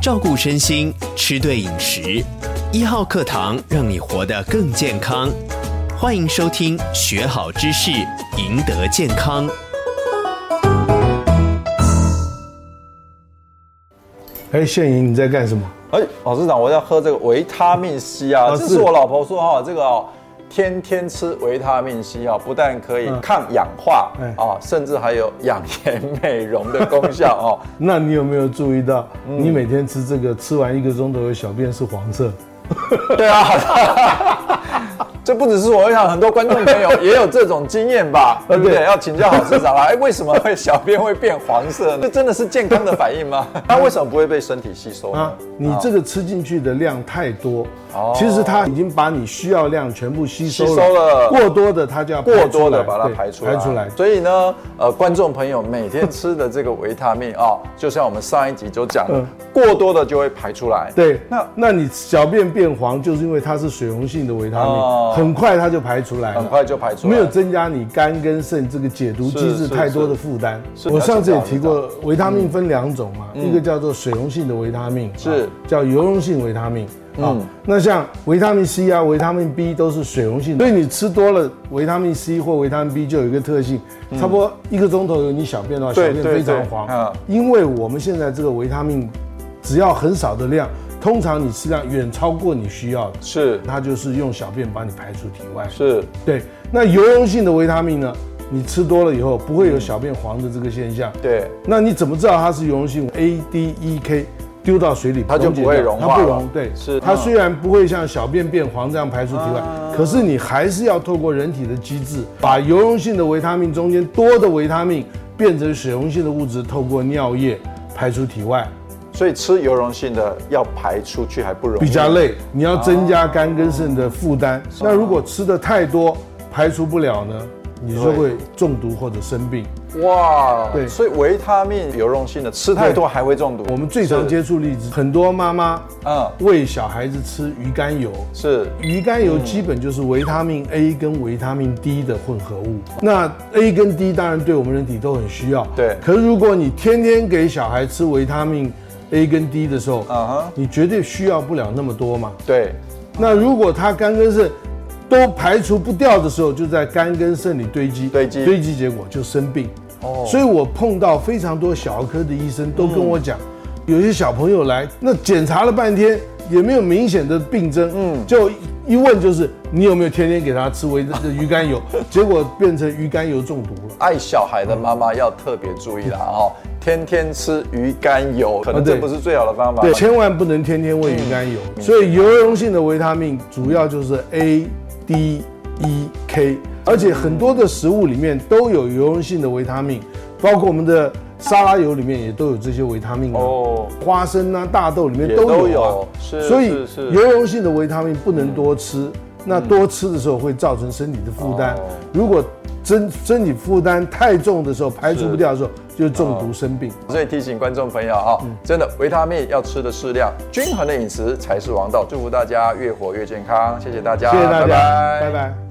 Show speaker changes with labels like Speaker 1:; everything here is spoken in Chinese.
Speaker 1: 照顾身心，吃对饮食。一号课堂让你活得更健康，欢迎收听，学好知识，赢得健康。
Speaker 2: 哎，炫莹，你在干什么？
Speaker 3: 哎，老师长，我要喝这个维他命 C 啊，
Speaker 2: 哦
Speaker 3: 这
Speaker 2: 是
Speaker 3: 是我老婆说哈、这个哦，天天吃维他命 C 啊，不但可以
Speaker 2: 嗯
Speaker 3: 抗氧化啊、
Speaker 2: 哎
Speaker 3: 甚至还有养颜美容的功效 哦。
Speaker 2: 那你有没有注意到，
Speaker 3: 嗯
Speaker 2: 你每天吃这个，吃完一个钟头的小便是黄色？
Speaker 3: 对啊， 这不只是我，我想很多观众朋 友也有这种经验吧，啊对不对？
Speaker 2: 对
Speaker 3: 要请教郝市长啦，哎，为什么会小便会变黄色 呢？这真的是健康的反应 吗？它为什么不会被身体吸收呢
Speaker 2: 啊？，你这个吃进去的量太多，
Speaker 3: 哦
Speaker 2: 其实它已经把你需要量全部吸收了，
Speaker 3: 吸收了
Speaker 2: 过多的它就要排出
Speaker 3: 过
Speaker 2: 来
Speaker 3: 多的把它
Speaker 2: 对
Speaker 3: 排出来，
Speaker 2: 排出来。
Speaker 3: 所以呢，呃，观众朋友每天吃的这个维他命啊、就像我们上一集就讲的
Speaker 2: 嗯，
Speaker 3: 过多的就会排出来。
Speaker 2: 对，
Speaker 3: 那
Speaker 2: 那那你小便变黄，就是因为它是水溶性的维他命，
Speaker 3: 哦
Speaker 2: 很快它就排出来了，
Speaker 3: 很快就排出来
Speaker 2: 没有增加你肝跟肾这个解毒机
Speaker 3: 啊是
Speaker 2: 制
Speaker 3: 是
Speaker 2: 太多的负担。
Speaker 3: 是
Speaker 2: 我上次也提
Speaker 3: 了
Speaker 2: 过，维他命分两种嘛，一个叫做水溶性的维他命，
Speaker 3: 嗯是嗯
Speaker 2: 啊叫油溶性维他命。啊、那像维他命 C 啊、维他命 B 都是水溶性的，所以你吃多了维他命 C 或维他命 B 就有一个特性，差不多一个钟头有你小便的话，小
Speaker 3: 嗯对
Speaker 2: 便
Speaker 3: 对
Speaker 2: 非常
Speaker 3: 对
Speaker 2: 黄
Speaker 3: 嗯，
Speaker 2: 因为我们现在这个维他命，只要很少的量，通常你吃量远超过你需要的，
Speaker 3: 是
Speaker 2: 它就是用小便把你排出体外。
Speaker 3: 是
Speaker 2: 对，那油溶性的维他命呢？你吃多了以后不会有小便黄的这个现象。
Speaker 3: 对
Speaker 2: 那你怎么知道它是油溶性？A、D、E、K 丢到水里
Speaker 3: 它就
Speaker 2: 溶解
Speaker 3: 不会
Speaker 2: 掉
Speaker 3: 融
Speaker 2: 它
Speaker 3: 化
Speaker 2: 不
Speaker 3: 了
Speaker 2: 溶。对，
Speaker 3: 是
Speaker 2: 它
Speaker 3: 嗯啊
Speaker 2: 虽然不会像小便变黄这样排出体外，可是你还是要透过人体的机制，把油溶性的维他命中间多的维他命变成水溶性的物质，透过尿液排出体外。
Speaker 3: 所以吃油溶性的要排出去还不容易，
Speaker 2: 比较累，你要增
Speaker 3: 哦
Speaker 2: 加肝跟肾的负担。那如果吃的太多，排除不了呢，你就
Speaker 3: 对
Speaker 2: 会中毒或者生病。
Speaker 3: 哇。
Speaker 2: 对
Speaker 3: 所以维他命油溶性的吃太多还会中毒。
Speaker 2: 我们最常
Speaker 3: 是
Speaker 2: 接触例子，很多妈妈
Speaker 3: 嗯
Speaker 2: 喂小孩子吃鱼肝油。
Speaker 3: 是
Speaker 2: 鱼肝
Speaker 3: 嗯
Speaker 2: 油基本就是维他命 A 跟维他命 D 的混合物。那 A 跟 D 当然对我们人体都很需要。
Speaker 3: 对
Speaker 2: 可是如果你天天给小孩吃维他命 A 跟 D 的时候，
Speaker 3: 啊哈，
Speaker 2: 你绝对需要不了那么多嘛。
Speaker 3: 对
Speaker 2: 那如果它肝跟肾都排除不掉的时候，就在肝跟肾里堆积，
Speaker 3: 堆积
Speaker 2: 堆积，结果就生病。
Speaker 3: 哦
Speaker 2: 哦，所以我碰到非常多小儿科的医生都跟我讲，有些小朋友来，那检查了半天也没有明显的病征，嗯，就一问就是你有没有天天给他吃维这鱼肝油，结果变成鱼肝油中毒了。
Speaker 3: 爱小孩的妈妈要特别注意啦哦，天天吃鱼肝油，可能
Speaker 2: 啊对
Speaker 3: 这不是最好的方法。
Speaker 2: 对，千万不能天天喂鱼肝油。
Speaker 3: 嗯
Speaker 2: 所以油溶性的维他命主要就是 A、D、E、K，而且很多的食物里面都有油溶性的维他命，包括我们的沙拉油里面也都有这些维他命哦。
Speaker 3: 哦，
Speaker 2: 花生啊、大豆里面
Speaker 3: 也
Speaker 2: 都有,、啊、
Speaker 3: 都有是
Speaker 2: 所以
Speaker 3: 是是嗯
Speaker 2: 油溶性的维他命不能多吃，那多吃的时候会造成身体的负担。
Speaker 3: 哦
Speaker 2: 如果身身体负担太重的时候，排除不掉的时候，就
Speaker 3: 哦
Speaker 2: 中毒生病。
Speaker 3: 所以提醒观众朋友啊、真的维他命要吃的适量，均衡的饮食才是王道。祝福大家越活越健康，谢谢大家，
Speaker 2: 谢谢大家，
Speaker 3: 拜拜
Speaker 2: 拜拜